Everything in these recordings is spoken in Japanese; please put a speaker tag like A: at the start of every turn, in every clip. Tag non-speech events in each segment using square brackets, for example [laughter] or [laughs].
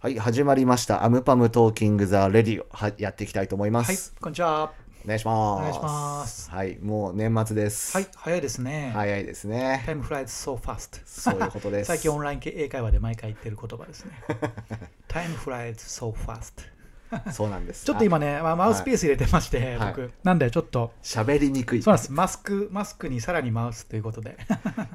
A: はい、始まりました。アムパムトーキングザレディオ、はやっていきたいと思いま
B: はい
A: す。、
B: こんにちは。
A: お願いします。
B: お願いします
A: はい、もう年末です。
B: はい、早いですね。
A: 早いです
B: タ
A: ね。
B: イムフライズ so fast。
A: そういうことです。
B: 最近オンライン系英会話で毎回言ってる言葉で
A: [laughs]
B: すね。タイムフライズ so fast。
A: そうなんです。
B: ちょっと今ね、まあマウスピース入れてまして、
A: はい
B: 僕。なんでちょっと、
A: あ、喋りにくい
B: そ、うなんです。マスク、マスクにさらにマウスというこ
A: [laughs]
B: とで。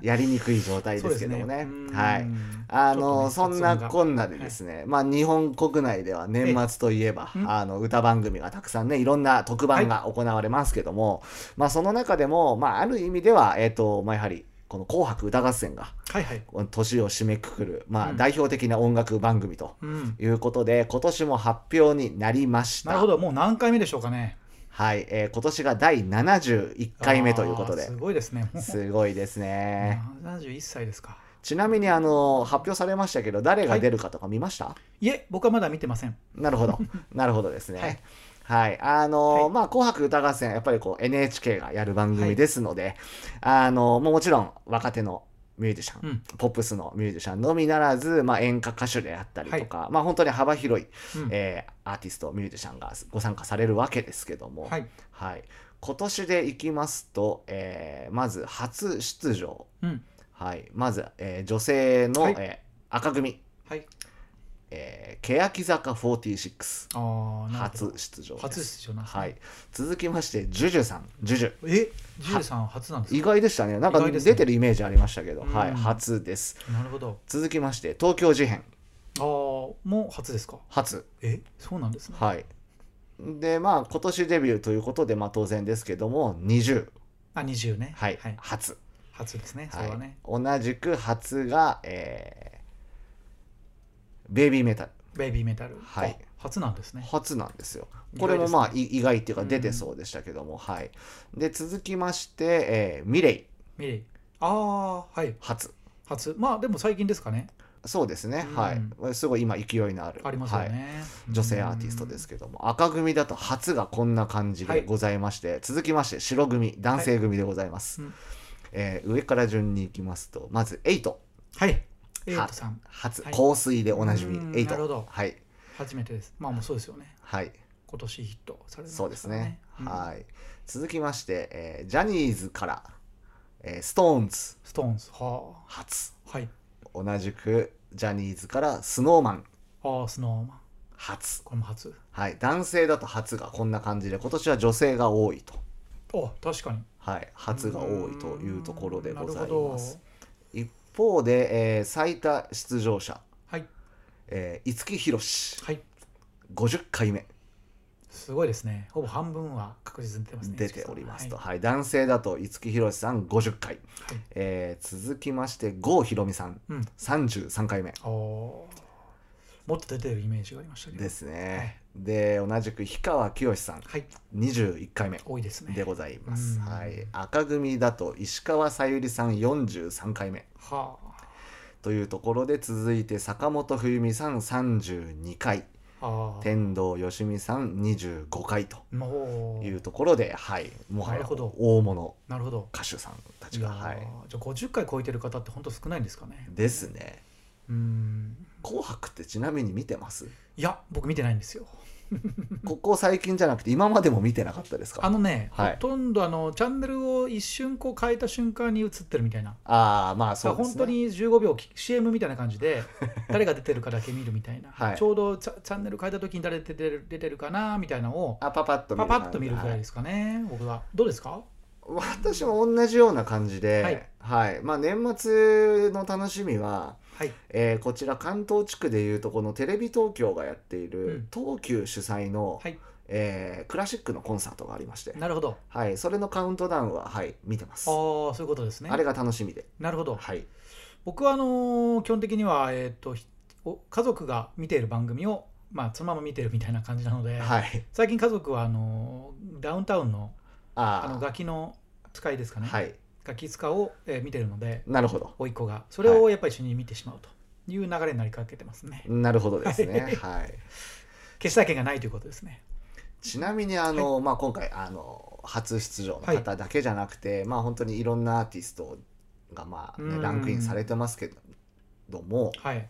A: やりにくい状態ですけどもね。
B: うん
A: はい。あの、
B: ちょ
A: そ
B: っとね
A: ん
B: 雑
A: な
B: 音が
A: こんなでですね、まあ日本国内では年末といえば、
B: ええん
A: あの歌番組がたくさんね、いろんな特番が行われますけども、まあその中でも、まあある意味では、えっ、と、まあやはり、この紅白歌合戦が
B: はいはい。
A: 年を締めくくる、まあ
B: うん
A: 代表的な音楽番組と
B: うん。
A: いうことで、今年も発表になりました。
B: なるほど、もう何回目でしょうかね。
A: はい、えー今年が第71回目ということ
B: あー
A: で。
B: すごいですね。もう
A: すごいですね。
B: 71歳ですか。
A: ちなみにあの発表されましたけど誰が出るかとか見ました、
B: いえ、僕はまだ見てません。
A: なるほ
B: [laughs]
A: どなるほどですね。は
B: はいい
A: あの
B: はい
A: まあ「紅白歌合戦」やっぱりこう NHK がやる番組ですので、あのもうもちろん若手のミュージシャン、
B: うん
A: ポップスのミュージシャンのみならず、まあ、演歌歌手であったりとか、まあ本当に幅広い、
B: うん
A: えーアーティストミュージシャンがご参加されるわけですけども、
B: はい。
A: はい、今年でいきますと、えーまず初出場、
B: うん
A: はい、まず、えー女性の、
B: はい
A: えー赤組、
B: はい。
A: えー、欅坂46
B: あーなるほど
A: 初出場です
B: 初出場なんですね
A: はい、続きましてジュジュさんジュジュ
B: え、ジュリさん初なんです
A: 意
B: か
A: 外でしたねなんか
B: 意外ですね
A: 出てるイメージありましたけど、
B: うん
A: はい、初です
B: なるほど。
A: 続きまして東京事変
B: ああ、もう初ですか。
A: 初
B: え、そうなんですね。
A: はいでまあ今年デビューということで、まあ、当然ですけども20、
B: あ、20ね。
A: はい初
B: 初ですね。そ
A: は
B: れ
A: い
B: はね。
A: 同じく初が、えーベイビーメタル
B: ベイビーメタル。
A: はい
B: あ。初なんですね。
A: 初なんですよ
B: 意
A: これ
B: 外で
A: も
B: すね
A: まあい意外っていうか出てそうでしたけども、はいで続きまして、えーミレイ
B: ミレイ。ああ、はい。
A: 初
B: 初。まあ、でも最近ですかね。
A: そうですね、はいすごい今勢いのある
B: ありますよ
A: はい
B: ね。
A: 女性アーティストですけども赤組だと初がこんな感じ
B: は
A: で
B: い
A: ございまして、続きまして白組男性組でございます、
B: うん
A: えー上から順にいきますとまずエイト
B: うん。はい。エイトさん。
A: 初、
B: はい
A: 香水でおなじみ
B: うん
A: エイト
B: なるほど
A: はい
B: 初めてです。まあ、もうそうですよね。
A: はい
B: 今年ヒットされてます
A: そうですね。
B: うん
A: はい。続きまして、えージャニーズから、えー、ストーンズ
B: ストーンズ。は
A: 初。
B: あ。はい。
A: 同じく、ジャニーズからスノーマン
B: ああ、スノーマン。
A: 初。
B: これも初。
A: はい。男性だと初がこんな感じで、今年は女性が多いと。
B: あ、確かに。
A: はい。初が多いというところでござい
B: うんなるほ
A: ま
B: ど
A: す。一方で、えー最多出場者、
B: はい。
A: えー、五木ひろし、
B: はい。
A: 50回目
B: すごいですね。ほぼ半分は確実に出てますね。
A: 出ておりますと。
B: は
A: はい。男性だと五木ひろしさん50回。
B: い。はい
A: えー続きまして、郷ひろみさん。
B: うん。
A: 33回目
B: あーもっと出てるイメージがありましたけど。
A: ですね、で同じく氷川きよしさん
B: はい。
A: 21回目
B: 多いですね。
A: でございます、
B: うん
A: はい、赤組だと石川さゆりさん43回目
B: は
A: というところで続いて坂本冬美さん32回
B: あ。ああ。
A: 天童よしみさん25回と
B: も。
A: いううところではいもは
B: な
A: や
B: るほど
A: 大物
B: なるほど。
A: 歌手さんたち
B: いや
A: が
B: ー
A: はい
B: じゃあ50回超えてる方って本当少ないんですかね。
A: ですね
B: うーん。
A: 「紅白」ってちなみに見てます [laughs]
B: いや、僕見てないんですよ。
A: ここ最近じゃなくて今までも見てなかったです
B: あ
A: か
B: のね、
A: はい
B: ほとんどあのチャンネルを一瞬こう変えた瞬間に映ってるみたいな。
A: ああまあそうですね
B: 本当に15秒き CM みたいな感
A: [laughs]
B: じで誰が出てるかだけ見るみたいな、
A: はい
B: ちょうどチャチャンネル変えた時に誰出てる出てるかなみたいなのを
A: あパパッと
B: パパッと見るぐ
A: 感じ
B: らいですかね、僕はどうですか
A: 私も同じような感じで、は
B: はいい
A: まあ、年末の楽しみは、
B: はい
A: えーこちら関東地区でいうとこのテレビ東京がやっている、
B: うん
A: 東急主催の、
B: はい
A: えークラシックのコンサートがありまして、
B: なるほど
A: はい、それのカウントダウンは、はい、見てます
B: ああ
A: あ,、
B: そういうことですね
A: れが楽しみで、
B: なるほど
A: はい、
B: 僕はあのー基本的には、えー、とひお家族が見ている番組を、まあ、そのまま見てるみたいな感じなので、
A: はい
B: 最近家族はあのーダウンタウンのあの
A: あ
B: 楽器の使いですか
A: あ
B: ね、
A: はい
B: 楽器使を、えー見てるので
A: なるほど
B: 甥っ子がそれをやっぱり一緒に見てしまうという流れになりかけてますね、
A: なるほどですね、はい、
B: 決済権がないということですね
A: ちなみにあの、まあ、今回あの初出場の
B: はい
A: 方だけじゃなくて、まあ本当にいろんなアーティストが、まあね
B: うん
A: ランクインされてますけども
B: はい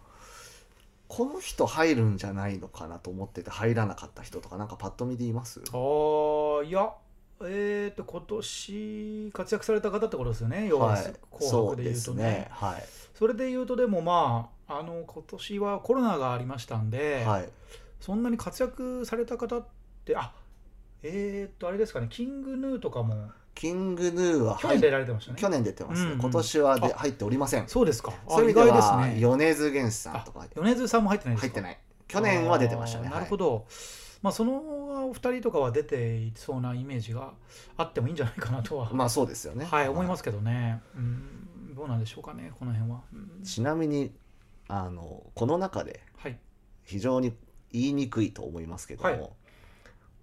A: この人入るんじゃないのかなと思ってて入らなかった人とかなんかパッと見でいます
B: ああいやえっ、と今年活躍された方ってことですよね要は、
A: はい
B: 紅白で言う
A: そう
B: とね
A: で
B: そ
A: すねはい、
B: れで言うとでもまああの今年はコロナがありましたんで、
A: はい、
B: そんなに活躍された方ってあえっ、とあれですかねキングヌーとかも
A: キングヌーは
B: 去
A: 入
B: 年
A: っ
B: 出られてましたね、
A: 去年出てますね、
B: うんうん
A: 今年はで
B: あ
A: 入っておりません
B: そうですかあ
A: そういう意味では、
B: 意外ですね
A: 米津玄師さんとか
B: 米津さんも入ってないです
A: 入っ
B: か
A: てない去年は出てましたね
B: あーなるほ
A: ど、
B: ど、まあそのお二人とかは出ていそうなイメージがあってもいいんじゃないかなとは、
A: はいまあそうですよね
B: はい思いますすけどね、うんどうなんでしょうかねこの辺は、うん
A: ちなみにあのこの中で
B: はい
A: 非常に言いにくいと思いますけども、
B: はい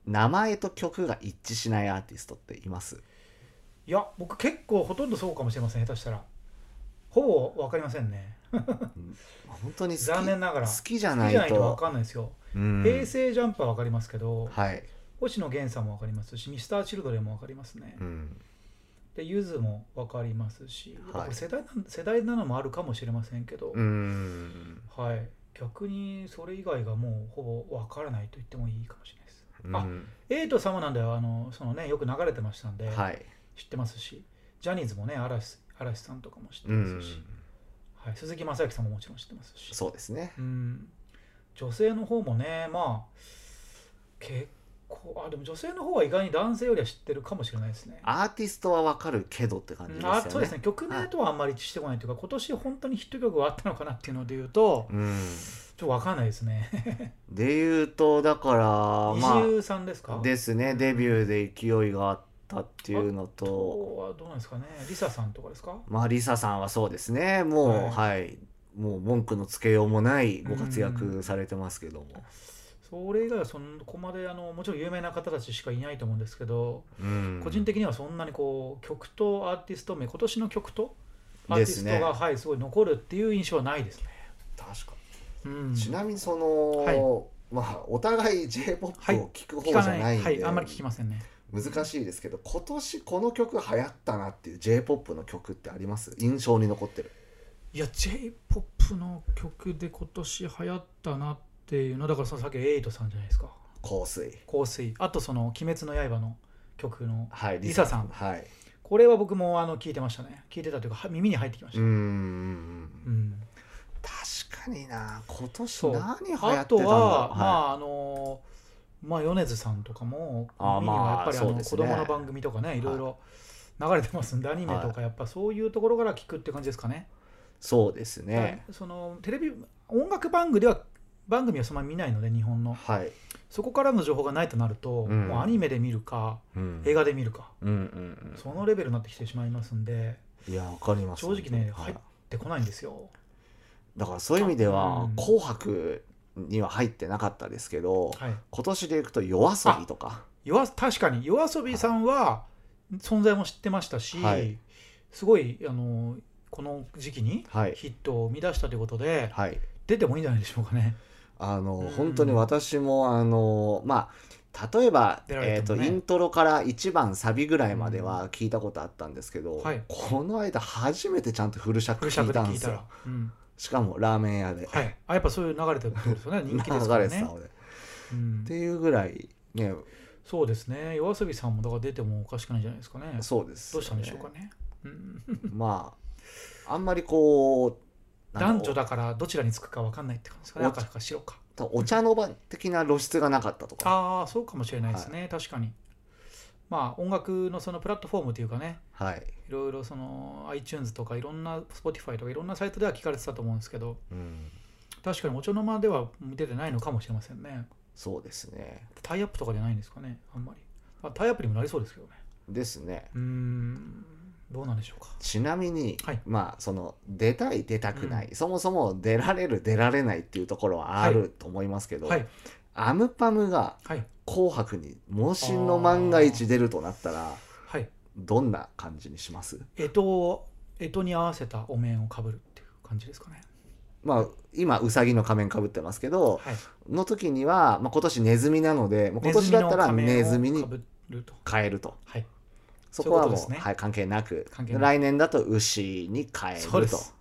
A: 名前と曲が一致しないアーティストっています
B: いや僕結構ほとんどそうかもしれません下手したらほぼ分かりませんね
A: 本当に好き
B: 残念ながら
A: 好きじゃ
B: 好き
A: ない
B: じゃない
A: と
B: と分かんないですよ、
A: うん
B: 平成ジャンプは分かりますけど、
A: はい、
B: 星野源さんも分かりますしミスターチルドレンも分かりますね、
A: うん、
B: でゆずも分かりますし、
A: はい
B: これ世代なん世代なのもあるかもしれませんけど、
A: うん
B: はい逆にそれ以外がもうほぼ分からないと言ってもいいかもしれないですあエイト様なんだよあのそのねよく流れてましたんで、
A: はい
B: 知ってますしジャニーズもね嵐嵐さんとかも知って
A: う
B: ます
A: ん
B: し、はい、鈴木雅之さんももちろん知ってますし
A: そうですね
B: うん女性の方もねまあ結構あでも女性の方は意外に男性よりは知ってるかもしれないですね
A: アーティストはわかるけどって感じですよね
B: あそうですね曲名とはあんまり一致してこないというか、今年本当にヒット曲があったのかなっていうので言うと
A: うん
B: ちょっと分かんないですね
A: で言うとだから
B: 二
A: ま
B: 重さんですか
A: あですねデビューで勢いがあったっていうの
B: あ
A: と
B: とはどうなんですかねリサさんとかですか
A: まあリサさんはそうですねもうはい、もう文句のつけようもないご活躍されてますけども
B: それ以外はそこまであのもちろん有名な方たちしかいないと思うんですけど、
A: うん
B: 個人的にはそんなにこう曲とアーティスト名今年の曲とアーティストが、
A: ですね
B: はいすごい残るっていう印象はないですね、
A: 確か
B: うん、
A: ちなみにその、
B: はい
A: まあお互い j p o p を聞く方
B: 聞
A: じ
B: か
A: ゃないんで、
B: はい、あんまり聞きませんね
A: 難しいですけど今年この曲流行ったなっていう j p o p の曲ってあります印象に残ってる
B: いや j p o p の曲で今年流行ったなっていうのだからそのさっきエイトさんじゃないですか
A: 香水
B: 香水あとその「鬼滅の刃」の曲の
A: はい
B: リサさん
A: はい
B: これは僕もあの聞いてましたね聞いてたというかは耳に入ってきまし
A: う
B: た、
A: ー
B: うん
A: ん確かにな今年
B: そう
A: 何流行ってたんだろう
B: あとは、ま
A: は
B: ああのまあ米津さんとかも
A: あー
B: 耳にはやっぱりあ
A: まあ
B: の、
A: そうです
B: 子
A: ね
B: 供の番組とかねいろいろ流れてますんで、アニメとかやっぱそういうところから聞くって感じですかね、
A: い、そうですね
B: だそのテレビ音楽番組では番組はそんなに見ないので日本の
A: はい、
B: そこからの情報がないとなると、
A: うん
B: もうアニメで見るか
A: うん
B: 映画で見るか、
A: うんうん
B: そのレベルになってきてしまいますんで
A: うんいやわかります
B: 正直ね
A: は
B: 入っ
A: い、
B: てこないんですよ
A: だからそういう意味では
B: う
A: 「
B: ん
A: 紅白」には入ってなかったですけど
B: はい
A: 今年でいくと夜遊びとか
B: 夜確かに夜遊びさんは存在も知ってましたし、
A: はい
B: すごいあのこの時期に
A: はい
B: ヒットを生み出したということで
A: はい
B: 出てもいいんじゃないでしょうかね。
A: あの、
B: うん
A: 本当に私もあのまあ例えば、
B: 出られ
A: えー、
B: て
A: と
B: もね
A: イントロから1番サビぐらいまでは聞いたことあったんですけど、
B: はい
A: この間初めてちゃんとフル尺
B: フル尺
A: 聞い
B: で
A: たん
B: 聞
A: で
B: い
A: す
B: た
A: よ
B: ら。うん
A: しかもラーメン屋で、
B: はい、あやっぱそういう流れてるってことですよね人気ですか
A: [laughs]
B: ら
A: 流れて
B: ね
A: た。のでっ
B: うん
A: ていうぐらいね
B: そうですね夜遊びさんもだから出てもおかしくないんじゃないですかね。
A: そうです
B: ど
A: よ
B: う
A: ね、
B: したんでしょうかね。うん
A: まああんまりこうなんだろ
B: 男女
A: う
B: だからどちらにつくかわかんないって感じですかね
A: お
B: 赤か白か。
A: お茶の場的な露出がなかったとか
B: ああそうかもしれないですね、確かに。まあ音楽のそのプラットフォームというかね
A: はい、
B: いろいろその iTunes とかいろんな Spotify とかいろんなサイトでは聞かれてたと思うんですけど
A: うん、
B: 確かにお茶の間では出てないのかもしれませんね
A: そうですね
B: タイアップとかじゃないんですかねあんまり、まあ、タイアップにもなりそうですけどね
A: ですね
B: うーんどうなんでしょうか
A: ちなみに、
B: はい
A: まあその出たい出たくない、そもそも出られる出られないっていうところはあ
B: は
A: ると思いますけど、
B: はい
A: アムパムが
B: はい
A: 「紅白」に盲信の万が一出るとなったら
B: はい
A: どんな感じにします
B: 干支を干支に合わせたお面をかぶるっていう感じですかね
A: まあ今ウサギの仮面かぶってますけど
B: はい
A: の時には、まあ、今年ネズミなのでもう今年だったらネズミ
B: ネズミの仮面を
A: に
B: かぶると
A: 変えると
B: はい
A: そこはもう
B: そういうことですね
A: はい、関係なく
B: 関係なく
A: 来年だと牛に変え
B: そう
A: る
B: で
A: と
B: す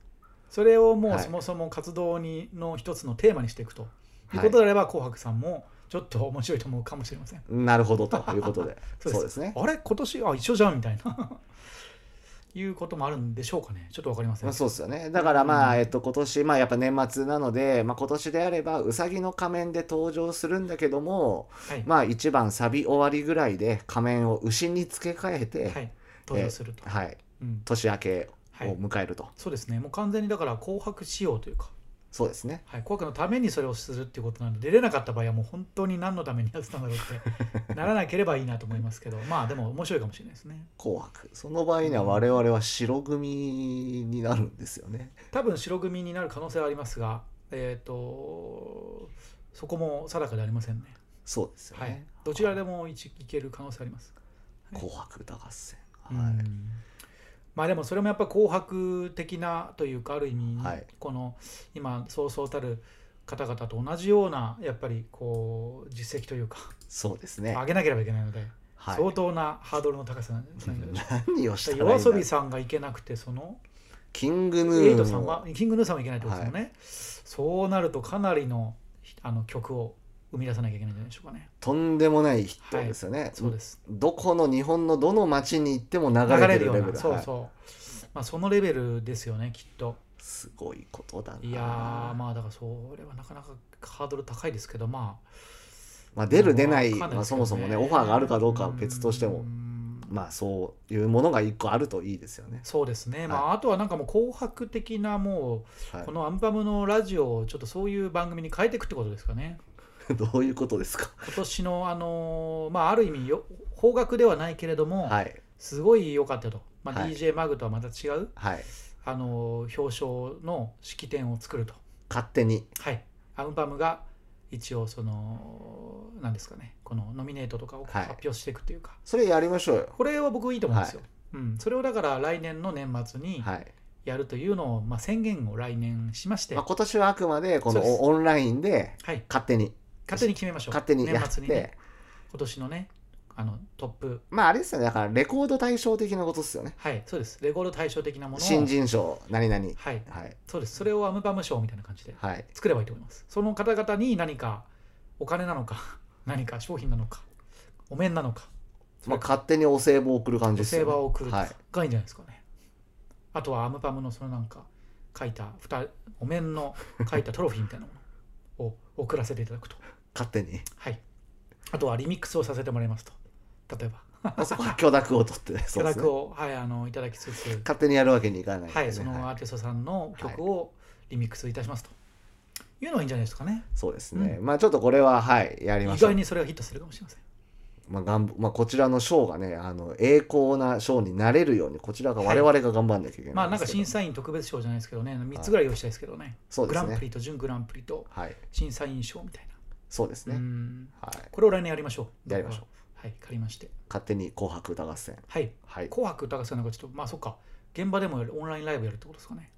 B: それをも
A: は
B: う
A: い
B: そもそも活動にの一つのテーマにしていくとい
A: は
B: う
A: い
B: ことであれば、紅白さんもちょっと面白いと思うかもしれません。
A: なるほどということで
B: [laughs] そうです
A: そうですね
B: あれ今年あ一緒じゃんみたいな [laughs] いうこともあるんでしょうかね。ちょっとわかりません。
A: まあ、そうですよねだからまあ、
B: うん
A: えっと、今年、まあ、やっぱ年末なので、まあ、今年であればうさぎの仮面で登場するんだけども、
B: はい。
A: まあ、1番サビ終わりぐらいで仮面を牛に付け替えて、
B: は
A: はい
B: い。登場すると。うん。
A: 年明け
B: は
A: を
B: い。
A: 迎えると、
B: そうですね。もう完全にだから紅白仕様というか、
A: そうですね
B: はい、紅白のためにそれをするっていうことなんで、出れなかった場合はもう本当に何のためにやってたんだろうって
A: [laughs]
B: ならなければいいなと思いますけど、まあでも面白いかもしれないですね。
A: 「紅白」その場合には我々は白組になるんですよね
B: 多分白組になる可能性はありますが、えっ、と、そこも定かではありませんね。
A: そうですよね、
B: はい。どちらでもいちいける可能性あります。
A: 紅白歌合戦
B: う
A: はい、
B: んまあでもそれもやっぱ紅白的なというかある意味、
A: はい
B: この今そうそうたる方々と同じようなやっぱりこう実績というか
A: そうですね
B: 上げなければいけないので、
A: はい
B: 相当なハードルの高さなんですね。
A: [laughs] 何をしたらいいんだ
B: 夜遊びさんがいけなくてその
A: キングヌ
B: エイト
A: ー
B: さ
A: ン
B: ん
A: を
B: はキングヌーさんはいけないってことですよね、そうなるとかなりのあの曲を生み出さなきゃいけないんじゃないでしょうかね。
A: とんでもないヒットですよね、
B: そうです
A: どこの日本のどの町に行っても流
B: 流
A: れて
B: れ
A: る
B: る
A: レ
B: よ
A: ベ
B: う
A: ル
B: なそう
A: はい
B: そう、まあ、そのレベルですよねきっと。
A: すごいことだない
B: やーまあだからそれはなかなかハードル高いですけどまあ
A: まあ、出る出ない、
B: わかん
A: まあ、
B: です
A: そ
B: けど
A: もそもねオファーがあるかどうかは別として
B: う
A: も
B: ん
A: まあそういうものが一個あるといいですよね、
B: そうですね、まああとはなんかもう紅白的なも
A: は
B: うこのアンパムのラジオをちょっとそういう番組に変えていくってことですかね
A: い、 [laughs] どういうことですか
B: 今年のあのーまあある意味よ方角ではないけれども、
A: はい
B: すごい良かったと、まあ
A: はい
B: DJ マグとはまた違う、
A: はい
B: あのー表彰の式典を作ると
A: 勝手に
B: はい、アンパムが一応その何ですかねこのノミネートとかを
A: はい
B: 発表していくというか、
A: それやりましょうよ
B: これは僕いいと思うんですよ、うん、それをだから来年の年末に
A: はい、
B: やるというのを、まあ、宣言を来年しまして、
A: まあ、
B: は
A: 今年はあくまでこの
B: そうです
A: オンラインで
B: い、
A: 勝手に
B: 勝手に決めましょう
A: 勝手にや
B: 年
A: って、
B: 末に、ね、今年のねあのトップ
A: まああれですよねだからレコード対象的なことですよね
B: はいそうですレコード対象的なものを
A: 新人賞何々
B: はい
A: はい
B: そうですそれをアムパム賞みたいな感じで
A: はい
B: 作ればいいと思いますその方々に何かお金なのか何か商品なのかお面なのか
A: まあ、勝手にお歳暮を送る感じ
B: お
A: ですよ、
B: 歳
A: ね、
B: 暮を送ると
A: はい
B: かがいいんじゃないですかね、あとはアムパムのそのなんか書いた蓋お面の書いたトロフィーみたいなものを送らせていただくと
A: 勝手
B: [laughs]
A: に
B: はいあとはリミックスをさせてもらいますと例えば
A: あそこは許諾を取
B: [laughs]
A: ってね、そ
B: 許
A: うですね
B: 諾を、はい、あのいただきつつ、
A: 勝手にやるわけにいかないんでね、
B: はい、その
A: は
B: ア
A: い
B: ーティストさんの曲をリミックスいたしますと、い、うのがいいんじゃないですかね
A: そうですね、
B: う
A: まあちょっとこれははいやりま
B: 意
A: しょう
B: 外にそれがヒットするかもしれません
A: まあ頑張まあ、こちらの賞がねあの栄光な賞になれるようにこちらが我々が頑張んなきゃいけない
B: まあなんか
A: ですけど
B: 審査員特別賞じゃないですけどね3つぐらい用意したいですけどね
A: そう
B: グ
A: で
B: ラ
A: す
B: ンプリ
A: ね
B: と準グランプリと
A: はい
B: 審査員賞みたい
A: そうです
B: な、
A: ね、
B: うん
A: はい、
B: これを来年やりましょう。
A: やりましょう
B: はい、借りまして。
A: 勝手に「紅白歌合戦
B: はい、」
A: はい
B: 紅白歌合戦なんかちょっと、まあそっか、現場でもやるオンラインライブやるってことですかね。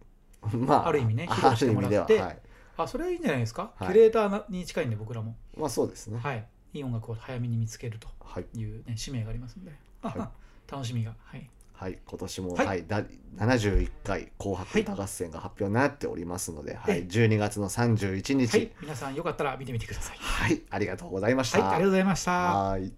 A: まあ
B: ある意味ね披露
A: あ
B: して
A: る意
B: も
A: 味で
B: らっ
A: は
B: て
A: はい
B: あ、それはいいんじゃないですか。
A: はい
B: キュレーターに近いんで、僕らも。
A: まあそうですね
B: はい、いい音楽を早めに見つけると
A: はい
B: いう、ね、使命がありますんで。
A: は
B: 楽しみが。はい。
A: はい、今年も、
B: は
A: はいいだ71回「紅白歌合戦」が発表になっておりますので、はい
B: ええ
A: 12月の31日、
B: はい、皆さんよかったら見てみてください。
A: はい、ありがとうございまし
B: はい、
A: た。
B: ありがとうございました。
A: はい